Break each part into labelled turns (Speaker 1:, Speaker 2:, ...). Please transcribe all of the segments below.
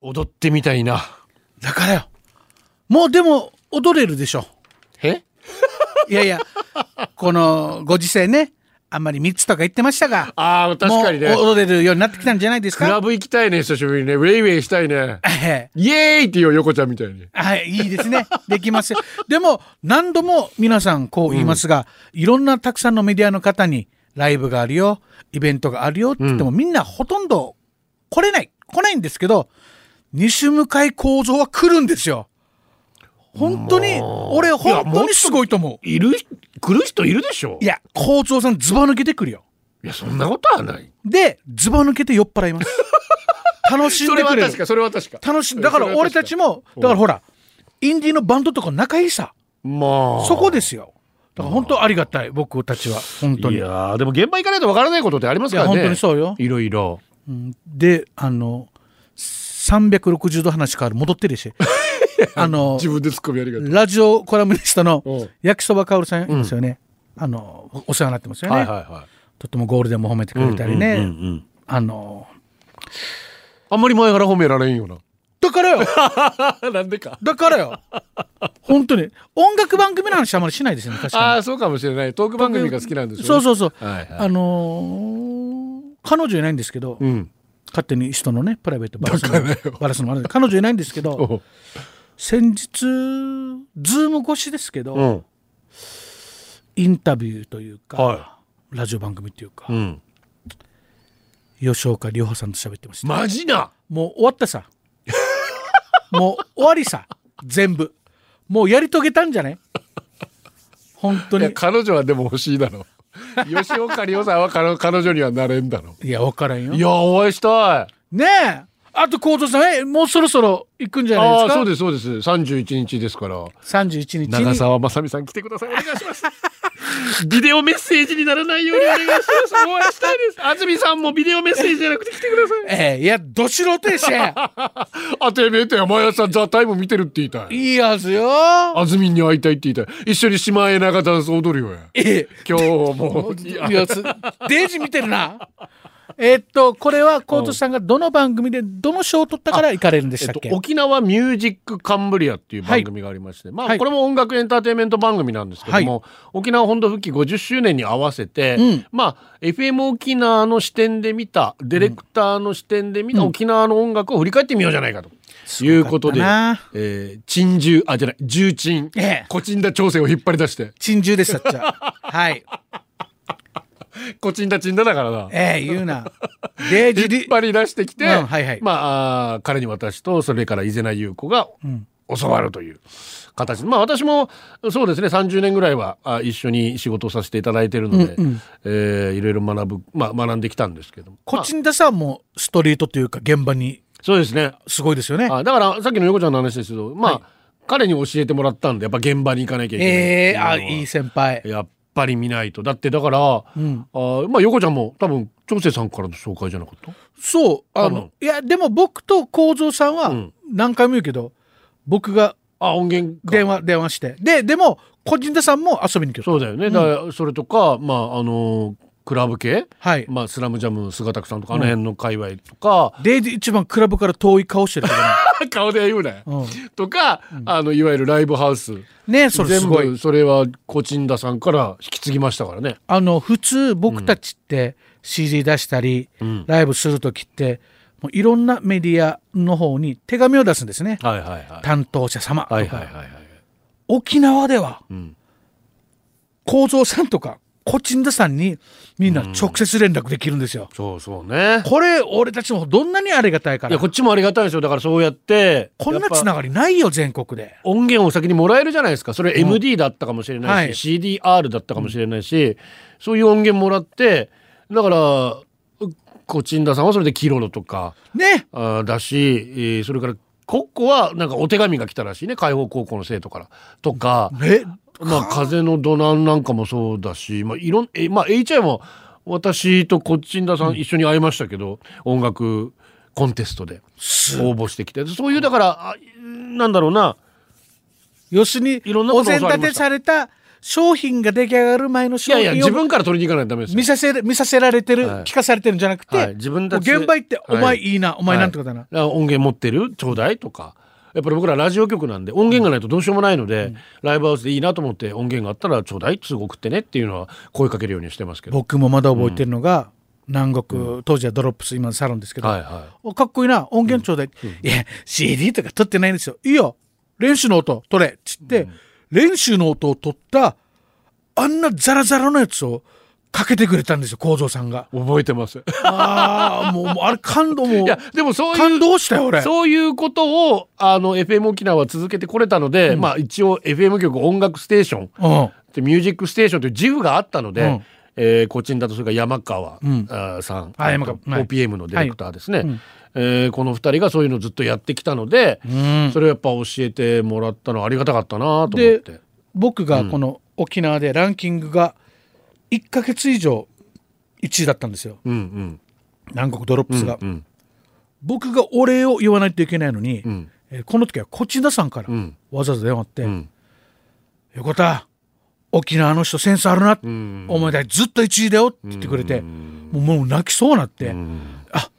Speaker 1: 踊ってみたいな
Speaker 2: だからよもうでも踊れるでしょ
Speaker 1: え
Speaker 2: いやいやこのご時世ねあんまり3つとか言ってましたが
Speaker 1: ああ確かにね
Speaker 2: もう踊れるようになってきたんじゃないです
Speaker 1: クラ
Speaker 2: か
Speaker 1: ブ行きたいね久しぶりにねウェイウェイしたいねイエーイって言うよ横ちゃんみたいに
Speaker 2: はい、いいですね。できますよ。でも、何度も皆さんこう言いますが、いろんなたくさんのメディアの方に、ライブがあるよ、イベントがあるよって言っても、みんなほとんど来れない、来ないんですけど、西向かい構造は来るんですよ。本当に、俺本当にすごいと思う。
Speaker 1: いる来る人いるでしょ
Speaker 2: いや、構造さんズバ抜けてくるよ。
Speaker 1: いやそんなことはない
Speaker 2: で、ズバ抜けて酔っ払い ます。楽しん
Speaker 1: そ
Speaker 2: で
Speaker 1: れ
Speaker 2: く
Speaker 1: は
Speaker 2: れ
Speaker 1: 確
Speaker 2: る。
Speaker 1: かそれは確か
Speaker 2: 楽しんだから
Speaker 1: それは
Speaker 2: 俺
Speaker 1: 確か
Speaker 2: たちも、だからほら、インディーのバンドとか仲いいさ。
Speaker 1: まあ
Speaker 2: そこですよ。だから本当ありがたい、僕たちは。本当
Speaker 1: い
Speaker 2: に。
Speaker 1: やーでも現場行かないとわからないことってありますからね
Speaker 2: いや本当にそうよ
Speaker 1: いろいろ
Speaker 2: で、あの、360度話変わる、戻って るし。あの
Speaker 1: 自、分で突っ込みやりがとう
Speaker 2: ラジオコラムニストの
Speaker 1: うん
Speaker 2: 焼きそばかおるさんいますよね。あの、おお世話になってますよね。
Speaker 1: はいはいはい
Speaker 2: とってもゴールデンも褒めてくれたり
Speaker 1: うん
Speaker 2: ね。
Speaker 1: うんうんうん
Speaker 2: あの、
Speaker 1: あんまり前から褒められんよな
Speaker 2: だからよ
Speaker 1: なんでか
Speaker 2: だからよ本当に。音楽番組の話あまりしないですよね、確かに
Speaker 1: あ。あそうかもしれないトーク番組が好きなんですよね
Speaker 2: そうそうそう。
Speaker 1: はいはい
Speaker 2: あのー彼女いないんですけど、
Speaker 1: うん
Speaker 2: 勝手に人のねプライベートバラすのバラすのもあるんで彼女いないんですけど
Speaker 1: おう
Speaker 2: 先日ズーム越しですけど、
Speaker 1: うん
Speaker 2: インタビューというか、
Speaker 1: は
Speaker 2: ラジオ番組というか、
Speaker 1: うん
Speaker 2: 吉岡里帆さんと喋ってました、
Speaker 1: マジな
Speaker 2: もう終わったさ もう終わりさ全部もうやり遂げたんじゃね本当
Speaker 1: いや
Speaker 2: に
Speaker 1: 彼女はでも欲しいだろ 吉岡里夫さんは彼彼女にはなれんだろ
Speaker 2: いや分からんよ
Speaker 1: いやお会いしたい
Speaker 2: ねえあと幸三さんえもうそろそろ行くんじゃないです
Speaker 1: ああ
Speaker 2: か
Speaker 1: そうですそうです31日ですから
Speaker 2: 31日
Speaker 1: 長
Speaker 2: に
Speaker 1: 澤まさみさん来てくださいお願いします ビデオメッセージにならないようにお願いしますお会いしたいです安住さんもビデオメッセージじゃなくて来てください
Speaker 2: ええいやど素人でしょ
Speaker 1: あてめえて毎朝ザ・タイム見てるって言いたい
Speaker 2: いいはずよ
Speaker 1: 安住に会いたいって言いたい一緒にシマエナガダンス踊るよや
Speaker 2: ええ
Speaker 1: 今日も
Speaker 2: いやつデージ見てるなえっとこれはコートさんがどの番組でどの賞を取ったから行かれるんでし
Speaker 1: えった
Speaker 2: っ
Speaker 1: と
Speaker 2: け、、
Speaker 1: 沖縄ミュージックカンブリアっていう番組がありまして、ま
Speaker 2: は
Speaker 1: あ
Speaker 2: い
Speaker 1: これも音楽エンターテインメント番組なんですけども、沖縄本土復帰50周年に合わせて、
Speaker 2: うん
Speaker 1: まあ FM 沖縄の視点で見たディレクターの視点で見た沖縄の音楽を振り返ってみようじゃないかと。いうことで
Speaker 2: すごかったな、
Speaker 1: えー、珍獣、あ、じゃない、重鎮
Speaker 2: ええ、
Speaker 1: コチンダ調整を引っ張り出して、
Speaker 2: 珍獣でしたっちゃ はい
Speaker 1: コチンダチンダだからな。
Speaker 2: ええ言うなデージ
Speaker 1: 引っ
Speaker 2: リ
Speaker 1: 張り出してきて、
Speaker 2: うんはいはい
Speaker 1: まああー彼に私とそれから伊勢名優子が教わるという形、まあ私もそうですね30年ぐらいはあ一緒に仕事をさせていただいてるので、えーいろいろ学ぶ、まあ、学んできたんですけども
Speaker 2: こっちに出さんもストリートというか現場に
Speaker 1: そうですね
Speaker 2: すごいですよね
Speaker 1: あだからさっきの横ちゃんの話ですけどまあ、彼に教えてもらったんでやっぱ現場に行かなきゃいけないってい
Speaker 2: え
Speaker 1: う
Speaker 2: え
Speaker 1: のは
Speaker 2: あいい先輩
Speaker 1: やっぱり見ないとだってだから、あーまあ横ちゃんも多分長生さんからの紹介じゃなかった
Speaker 2: そうあ
Speaker 1: 多
Speaker 2: の
Speaker 1: 分
Speaker 2: いやでも僕と幸三さんは
Speaker 1: ん
Speaker 2: 何回も言うけど、僕が
Speaker 1: あ音源か
Speaker 2: 電話電話してででも個人田さんも遊びに来る
Speaker 1: そうだよね、だからそれとかまああのクラブ系、
Speaker 2: はい
Speaker 1: まあ、スラムジャム姿さんとかあの辺の界隈とか、
Speaker 2: デージ一番クラブから遠い顔してるけど ね
Speaker 1: 顔で言うね、
Speaker 2: うん
Speaker 1: とか、あのいわゆるライブハウス
Speaker 2: ねえそれす
Speaker 1: 全
Speaker 2: ごい
Speaker 1: 部それはコチンダさんから引き継ぎましたからね
Speaker 2: あの普通僕たちって CD 出したり、ライブする時ってもういろんなメディアの方に手紙を出すんですね
Speaker 1: はいはいは
Speaker 2: 担当者様とか、
Speaker 1: はいはいはいはい
Speaker 2: 沖縄では
Speaker 1: ん
Speaker 2: 幸三、さんとかコチンダさんにみんな直接連絡できるんですよ、
Speaker 1: そうそうね
Speaker 2: これ俺たちもどんなにありがたいか
Speaker 1: いや
Speaker 2: ら
Speaker 1: こっちもありがたいですよだからそうやって
Speaker 2: こんなつ
Speaker 1: やっぱ
Speaker 2: ながりないよ全国で
Speaker 1: 音源を先にもらえるじゃないですかそれ MD だったかもしれないし、CDR だったかもしれないし、そういう音源もらってだからうコチンダさんはそれでキロロとか
Speaker 2: ね
Speaker 1: あーだし、えーそれからコッコはなんかお手紙が来たらしいね開放高校の生徒からとか、
Speaker 2: え
Speaker 1: まあ、風の土南なんかもそうだし、まあ、いろんえ、まあ、HI も私とこっちんださん一緒に会いましたけど、音楽コンテストで応募してきてそういうだからあなんだろうな
Speaker 2: 要するに
Speaker 1: いろんなこ
Speaker 2: お
Speaker 1: とが
Speaker 2: 膳
Speaker 1: 教わり
Speaker 2: 立
Speaker 1: ま
Speaker 2: て
Speaker 1: した
Speaker 2: された商品が出来上がる前の
Speaker 1: い
Speaker 2: 商
Speaker 1: やいや、
Speaker 2: 品
Speaker 1: 自
Speaker 2: を
Speaker 1: 分から取りに行かないとダメですよ
Speaker 2: 見。させる見させられてる、
Speaker 1: はい
Speaker 2: 聞かされてるんじゃなくて、
Speaker 1: はい自分たちで
Speaker 2: もう現場行って、
Speaker 1: はい
Speaker 2: お前いいなお前なんてことだな、
Speaker 1: だから音源持ってるちょうだいとかやっぱり僕らラジオ局なんで音源がないとどうしようもないので、ライブハウスでいいなと思って音源があったらちょうだいすぐ送ってねっていうのは声かけるようにしてますけど。
Speaker 2: 僕もまだ覚えてるのが、南国、当時はドロップス今のサロンですけど、
Speaker 1: はいは
Speaker 2: おかっこいいな音源ちょうだい、いや CD とか撮ってないんですよいいよ練習の音取れっつって、練習の音を取ったあんなザラザラのやつをかけてくれたんですよ幸三さんが
Speaker 1: い、覚えてます。
Speaker 2: ああもうもうあれ感動も
Speaker 1: いうやでもそういう
Speaker 2: 感動したよ俺
Speaker 1: そういうことをあの FM 沖縄は続けてこれたので、まあ一応 FM 局音楽ステーション
Speaker 2: うん
Speaker 1: でミュージックステーションという自負があったので、
Speaker 2: うん
Speaker 1: えーこちんだとそれから山川、
Speaker 2: ん
Speaker 1: あーさん、
Speaker 2: あ山川はい
Speaker 1: OPM のディレクターですね、えーこの2人がそういうのをずっとやってきたので、
Speaker 2: ん
Speaker 1: それをやっぱ教えてもらったのはありがたかったなと思っ
Speaker 2: で
Speaker 1: て。
Speaker 2: 僕がこの沖縄でランキングが1ヶ月以上1位だったんですよ
Speaker 1: うんうん
Speaker 2: 南国ドロップスが、
Speaker 1: うん
Speaker 2: 僕がお礼を言わないといけないのに、
Speaker 1: ん
Speaker 2: えーこの時はこちださんから
Speaker 1: うん
Speaker 2: わざわざ電話あって「
Speaker 1: うん
Speaker 2: 横田沖縄の人センスあるな」
Speaker 1: ん
Speaker 2: お前だずっと1位だよ」って言ってくれて、もうもう泣きそうなって、
Speaker 1: うん
Speaker 2: あ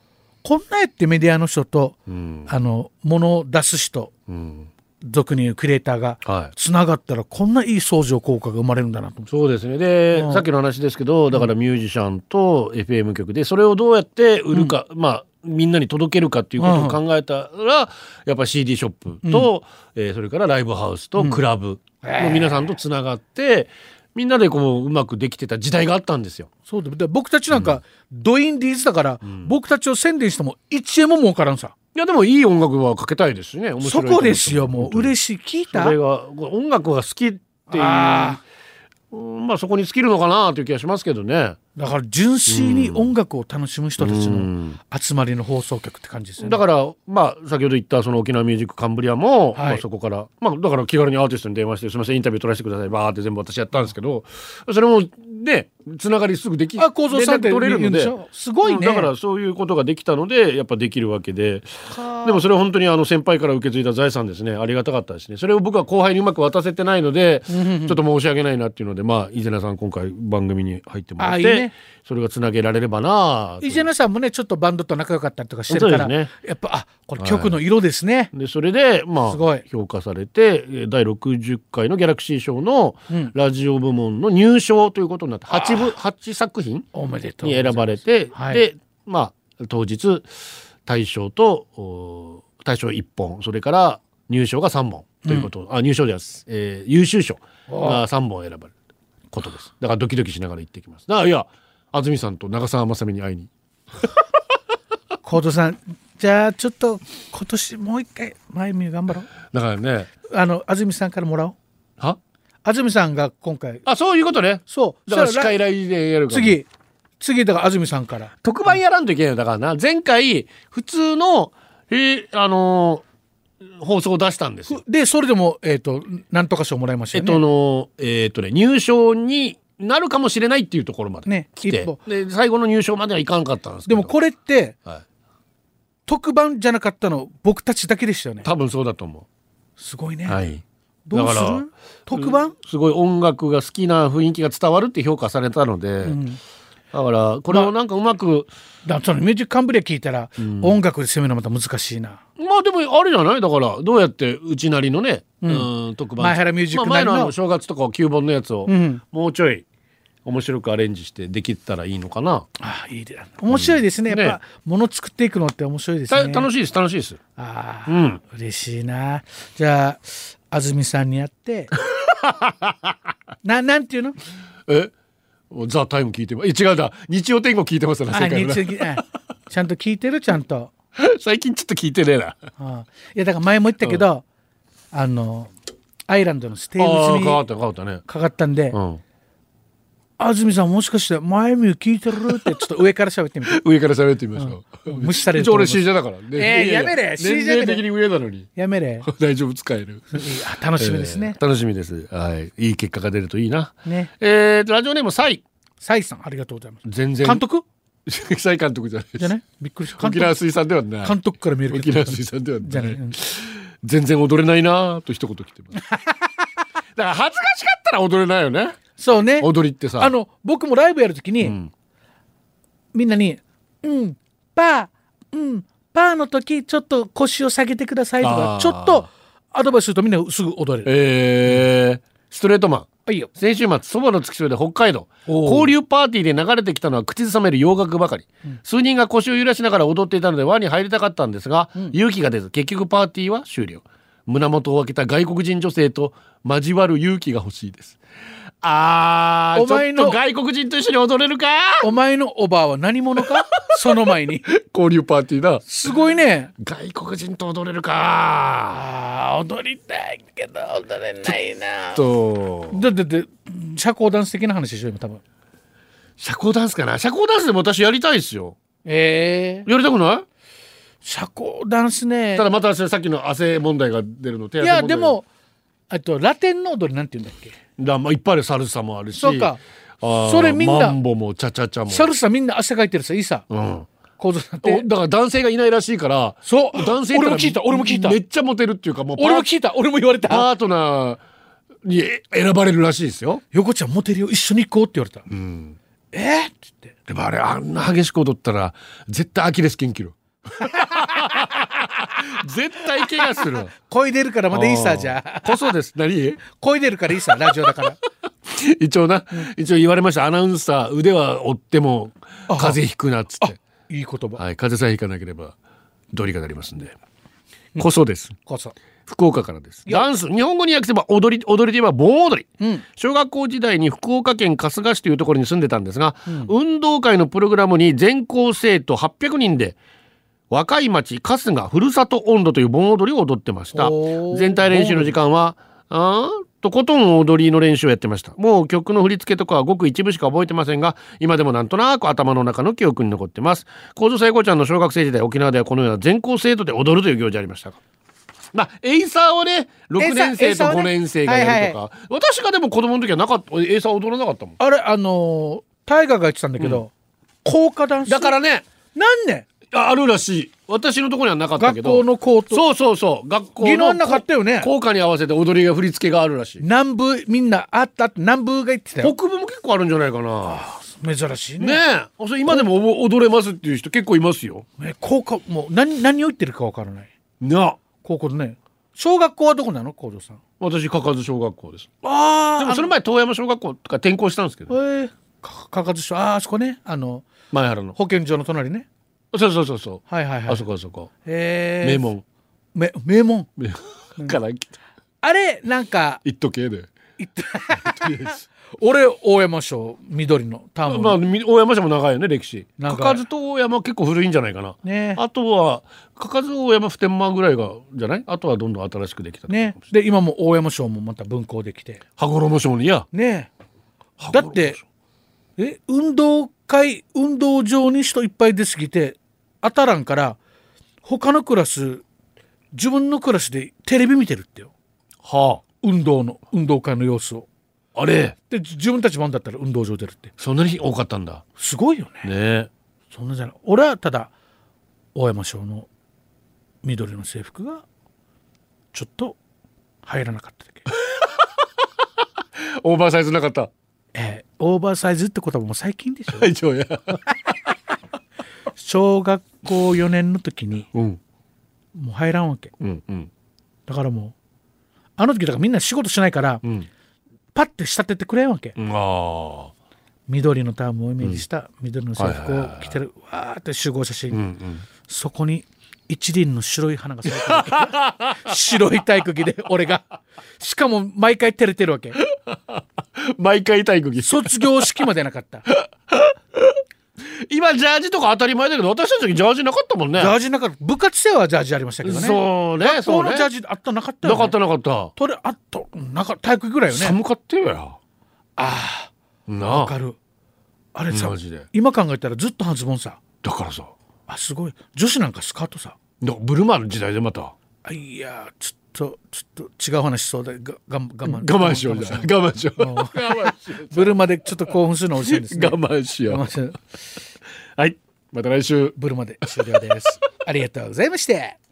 Speaker 2: こんなやってメディアの人と、
Speaker 1: うん
Speaker 2: あの物を出す人
Speaker 1: うん
Speaker 2: 俗に言うクリエイターが
Speaker 1: はい
Speaker 2: つながったらこんないい相乗効果が生まれるんだなと思って
Speaker 1: そうですねで、さっきの話ですけどだからミュージシャンと FM 局でそれをどうやって売るか、まあみんなに届けるかっていうことを考えたら、やっぱ CD ショップと、えーそれからライブハウスとクラブの皆さんとつながって、みんなでこううまくできてた時代があったんですよ。
Speaker 2: そうだで僕たちなんか、ドインディーズだから、僕たちを宣伝しても1円も儲からんさ
Speaker 1: いやでもいい音楽はかけたいですしね面白
Speaker 2: そ
Speaker 1: いと思
Speaker 2: こ
Speaker 1: って
Speaker 2: ですよもう嬉しい聞いた
Speaker 1: それが音楽が好きっていう
Speaker 2: あ
Speaker 1: うんまあそこに尽きるのかなという気がしますけどね。
Speaker 2: だから純粋に音楽を楽しむ人たち
Speaker 1: う
Speaker 2: の
Speaker 1: ん
Speaker 2: 集まりの放送局って感じですよね
Speaker 1: だからまあ先ほど言ったその沖縄ミュージックカンブリアも、
Speaker 2: はい
Speaker 1: まあ、そこからまあだから気軽にアーティストに電話して「すみませんインタビュー取らせてください」バーって全部私やったんですけどそれもねつながりすぐでき
Speaker 2: あ構造さんって
Speaker 1: 連絡取れる
Speaker 2: 言うん
Speaker 1: の
Speaker 2: で
Speaker 1: で
Speaker 2: しょすごいね
Speaker 1: うんだからそういうことができたのでやっぱできるわけで
Speaker 2: はあ
Speaker 1: でもそれは本当にあの先輩から受け継いだ財産ですねありがたかったですねそれを僕は後輩にうまく渡せてないのでちょっと申し訳ないなっていうのでまあ伊勢名さん今回番組に入ってもらっ
Speaker 2: あい
Speaker 1: て
Speaker 2: いね
Speaker 1: それがつなげられればなあと
Speaker 2: 伊勢名さんもねちょっとバンドと仲良かったりとかしてるから、
Speaker 1: そうです
Speaker 2: やっぱあこれ曲の色ですね、
Speaker 1: でそれでます
Speaker 2: ごい
Speaker 1: あ評価されてえー第60回のギャラクシー賞の
Speaker 2: うん
Speaker 1: ラジオ部門の入賞ということになって8部8作品
Speaker 2: おめでとう
Speaker 1: に選ばれて、
Speaker 2: はい
Speaker 1: でまあ当日大賞とおー大賞1本それから入賞が3本ということ、あ入賞です、えー優秀賞が3本選ばれることですだからドキドキしながら行ってきますだからいや安住さんと長澤まさみに会いに
Speaker 2: コードさんじゃあちょっと今年もう一回前見頑張ろう
Speaker 1: だからね
Speaker 2: あの安住さんからもらおう
Speaker 1: は
Speaker 2: 安住さんが今回
Speaker 1: あそういうことね
Speaker 2: そう
Speaker 1: だから
Speaker 2: そし
Speaker 1: 司
Speaker 2: たら
Speaker 1: 会来でやるから
Speaker 2: 次次だから安住さんから
Speaker 1: 特番やらんといけないよだからな前回普通の、えーあのー放送を出したんですよ。
Speaker 2: でそれでもえっ、となんとか賞もらいました
Speaker 1: えっ
Speaker 2: よね、
Speaker 1: とあのーえっとね入賞になるかもしれないっていうところまで
Speaker 2: ね
Speaker 1: 来て、
Speaker 2: 一歩
Speaker 1: で最後の入賞まではいかんかったんですけ
Speaker 2: で
Speaker 1: ど
Speaker 2: もこれって
Speaker 1: はい、
Speaker 2: 特番じゃなかったの僕たちだけでしたよね
Speaker 1: 多分そうだと思
Speaker 2: すごいね、
Speaker 1: う。はい
Speaker 2: どうす
Speaker 1: だから
Speaker 2: る特番、
Speaker 1: すごい音楽が好きな雰囲気が伝わるって評価されたので、だからこれをなんかうまく
Speaker 2: だそのミュージックカンブリア聞いたら、音楽で攻めるのまた難しいな
Speaker 1: まあでもあれじゃないだからどうやってうちなりのね、うん、特番
Speaker 2: 前原ミュージックなりの
Speaker 1: まあ前のあの正月とか旧本のやつを
Speaker 2: ん
Speaker 1: もうちょい面白くアレンジしてできたらいいのかな、
Speaker 2: あいいで面白いですね、
Speaker 1: うん
Speaker 2: やっぱ、もの作っていくのって面白いです
Speaker 1: た
Speaker 2: ね
Speaker 1: 楽しいです楽しいです
Speaker 2: ああ、
Speaker 1: うん
Speaker 2: 嬉しいなじゃあ安住さんにやって ななんていうの
Speaker 1: えザ・タイム聞いてますえ違うだ日曜天国聞いてますな
Speaker 2: あ
Speaker 1: 世界の
Speaker 2: 日記あちゃんと聞いてるちゃんと、
Speaker 1: 最近ちょっと聞いてねえな
Speaker 2: うんいやだから前も言ったけど、あのアイランドのステー
Speaker 1: ああ
Speaker 2: ジ
Speaker 1: 変わ
Speaker 2: に
Speaker 1: った変わったね
Speaker 2: かかったんで、
Speaker 1: うん
Speaker 2: 安住さんもしかして前見聞いてるってちょっと上から喋ってみて
Speaker 1: 上から喋ってみましょう、
Speaker 2: 無視される
Speaker 1: 一
Speaker 2: と
Speaker 1: 応
Speaker 2: 思い
Speaker 1: 俺
Speaker 2: ます
Speaker 1: CJ だからね、
Speaker 2: えー
Speaker 1: いい
Speaker 2: やめれ CJ
Speaker 1: 年齢的に上なのに
Speaker 2: やめれ
Speaker 1: 大丈夫使える
Speaker 2: あ楽しみですね
Speaker 1: え、ー楽しみです。はい。いい結果が出るといいな。
Speaker 2: ね
Speaker 1: えーラジオネーム、サイ。
Speaker 2: サイさんありがとうございます
Speaker 1: 全然。
Speaker 2: 監督
Speaker 1: サイ監督じゃないです。
Speaker 2: じゃないびっくりした監
Speaker 1: 沖縄
Speaker 2: 督
Speaker 1: 水産ではない。
Speaker 2: 監督から見える
Speaker 1: 沖縄水産では
Speaker 2: じゃ
Speaker 1: な
Speaker 2: ない、
Speaker 1: い。
Speaker 2: うん
Speaker 1: 全然踊れないなぁと一言来てます。だから恥ずかしかったら踊れないよね。
Speaker 2: そうね
Speaker 1: 踊りってさ。
Speaker 2: あの僕もライブやるときに、
Speaker 1: ん
Speaker 2: みんなに「うんパーうんパーの時ちょっと腰を下げてください」と
Speaker 1: あ
Speaker 2: か
Speaker 1: ー
Speaker 2: ちょっとアドバイスするとみんなすぐ踊れる。
Speaker 1: えー、ストレートマン。
Speaker 2: あいいよ
Speaker 1: 先週末、そばの月島で北海道。
Speaker 2: おー
Speaker 1: 交流パーティーで流れてきたのは口ずさめる洋楽ばかり。数人が腰を揺らしながら踊っていたので輪に入りたかったんですが、勇気が出ず、結局パーティーは終了。胸元を開けた外国人女性と交わる勇気が欲しいです。あー、
Speaker 2: お前の
Speaker 1: ちょっと外国人と一緒に踊れるか
Speaker 2: お前のおばあは何者 かその前に。
Speaker 1: 交流パーティーだ。
Speaker 2: すごいね。
Speaker 1: 外国人と踊れるか
Speaker 2: ああ、踊りたいけど踊れないな。
Speaker 1: と、
Speaker 2: だってだって社交ダンス的な話でしょ、今多分。
Speaker 1: 社交ダンスかな社交ダンスでも私やりたいですよ。
Speaker 2: ええ
Speaker 1: やりたくない
Speaker 2: 社交ダンスね
Speaker 1: た。だまたさっきの汗問題が出るの手
Speaker 2: い
Speaker 1: 汗問題
Speaker 2: や、でも、あとラテンの踊りなんて言うんだっけ
Speaker 1: だまあいっぱいあるサルサもあるし
Speaker 2: そうか
Speaker 1: あー
Speaker 2: それみんな
Speaker 1: マンボもチャチャチャも
Speaker 2: サルサみんな汗かいてるさ、いいさ。
Speaker 1: うん、
Speaker 2: 構造になっ
Speaker 1: お
Speaker 2: て。
Speaker 1: だから男性がいないらしいから
Speaker 2: そう。
Speaker 1: 男性
Speaker 2: 俺も聞いた、俺も聞いた
Speaker 1: め。っちゃモテるっていうかもうパ
Speaker 2: 俺も聞いた、俺も言われた。
Speaker 1: パートナーに選ばれるらしいですよ
Speaker 2: 横ちゃんモテるよ、一緒に行こうって言われた。えーって言って。
Speaker 1: でもあれあんな激しく踊ったら絶対アキレス腱 切る絶対怪我 する
Speaker 2: 声出るからまだいいさ、じゃあ。
Speaker 1: あーこそです何
Speaker 2: 声出るからいいさ、ラジオだ から。
Speaker 1: 一応な、一応言われましたアナウンサー腕は折っても風邪ひくなっつって
Speaker 2: いい言葉
Speaker 1: はい、風邪さえひかなければどうにかなりますんで。こそです。
Speaker 2: こそ。
Speaker 1: 福岡からです。ダンス、日本語に訳せば踊り、踊りで言えば盆踊り。小学校時代に福岡県春日市というところに住んでたんですが、運動会のプログラムに全校生徒800人で、若い町春日ふるさと温度という盆踊りを踊ってました
Speaker 2: おー
Speaker 1: 全体練習の時間はあーっとことん踊りの練習をやってましたもう曲の振り付けとかはごく一部しか覚えてませんが今でもなんとなく頭の中の記憶に残ってます高度聖子ちゃんの小学生時代沖縄ではこのような全校生徒で踊るという行事ありましたがまあエイサーをね6年
Speaker 2: エ
Speaker 1: 生
Speaker 2: イ
Speaker 1: と
Speaker 2: サーエイサーをね
Speaker 1: 5年生がやるとか、
Speaker 2: は
Speaker 1: 私がでも子供の時はなかったエイサー踊らなかったもん
Speaker 2: あれ、あのー、タイガーが言ってたんだけど、効果ダンス。
Speaker 1: だからね
Speaker 2: 何年
Speaker 1: ああるらしい私のところにはなかったけ
Speaker 2: 学
Speaker 1: ど
Speaker 2: 校のコート。
Speaker 1: そうそうそう学校
Speaker 2: 技能なかったよね。
Speaker 1: 効果に合わせて踊りが振り付けがあるらしい
Speaker 2: 南部、みんな、あったあった、南部が言ってたよ。
Speaker 1: 北部も結構あるんじゃないかな
Speaker 2: 珍しい
Speaker 1: ねえ
Speaker 2: ね。
Speaker 1: あそれ今でもお踊れますっていう人結構いますよ
Speaker 2: ね効果、もう、何、何を言ってるかわからない。
Speaker 1: な
Speaker 2: 高校ね小学校はどこなの高藤さん
Speaker 1: 私かかず小学校です
Speaker 2: あ
Speaker 1: でもその前遠山小学校とか転校したんですけど
Speaker 2: えー、かかかずしあーあそこねあの
Speaker 1: 前原の
Speaker 2: 保健所の隣ね
Speaker 1: そうそうそうそう、
Speaker 2: はいはいはい
Speaker 1: あそこあそこ
Speaker 2: えー、
Speaker 1: 名門
Speaker 2: め名門
Speaker 1: 名門 から来た
Speaker 2: あれなんか
Speaker 1: 一時計で
Speaker 2: 俺大山賞緑のターン、
Speaker 1: まあみ大山社も長いよね歴史
Speaker 2: 長
Speaker 1: か
Speaker 2: い
Speaker 1: かずと大山結構古いんじゃないかな
Speaker 2: ね
Speaker 1: あとはかかず大山普天間ぐらいがじゃないあとはどんどん新しくできた
Speaker 2: ねで今も大山賞もまた分校できて
Speaker 1: 羽衣商人や
Speaker 2: ねだってえ運動会運動場に人いっぱい出すぎて当たらんから他のクラス自分のクラスでテレビ見てるってよ
Speaker 1: は
Speaker 2: 運動の運動会の様子を
Speaker 1: ああれ
Speaker 2: でじ自分たちもあんだったら運動場出るって
Speaker 1: そんなに多かったんだ
Speaker 2: すごいよね
Speaker 1: ね
Speaker 2: そんなじゃない俺はただ大山賞の緑の制服がちょっと入らなかっただけ、
Speaker 1: オーバーサイズなかった
Speaker 2: えーオーバーサイズってことはもう最近でし ょ
Speaker 1: 一応や
Speaker 2: 小学校4年の時に
Speaker 1: うん
Speaker 2: もう入らんわけ
Speaker 1: うんうん
Speaker 2: だからもうあの時だからみんな仕事しないから
Speaker 1: うん
Speaker 2: パッて仕立ててくれんわけ
Speaker 1: ああ
Speaker 2: 緑のタームをイメージした緑の制服を着てるわーって集合写真、
Speaker 1: うんうん
Speaker 2: そこに一輪の白い花が咲いてるわけ 白い体育着で俺がしかも毎回照れてるわけ
Speaker 1: 毎回体育着
Speaker 2: 卒業式までなかったジ
Speaker 1: 今ジャージとか当たり前だけど私たちの時ジャージなかったもんね
Speaker 2: ャージなかった部活生はジャージありましたけどね
Speaker 1: そうねそ
Speaker 2: こ
Speaker 1: うね
Speaker 2: のジャージあったなかったよ、
Speaker 1: な
Speaker 2: ね、
Speaker 1: かったなかった
Speaker 2: とりあとなんか体育ぐらいよね
Speaker 1: 寒かったよやああな
Speaker 2: わか
Speaker 1: あ
Speaker 2: るあれさ
Speaker 1: マジで
Speaker 2: 今考えたらずっと半ズボンさ
Speaker 1: だからさ
Speaker 2: あすごい女子なんかスカートさ
Speaker 1: だブルマーの時代でまた
Speaker 2: あいやーちょっとちょっと違う話しそうだががん我慢
Speaker 1: 我慢しようじゃん我慢しよう我慢しよ
Speaker 2: ブルマでちょっと興奮するのおじさんです
Speaker 1: う
Speaker 2: ね
Speaker 1: 我慢しよ
Speaker 2: 我
Speaker 1: う
Speaker 2: 慢する
Speaker 1: はいまた来週
Speaker 2: ブルマで終了です。ありがとうございました。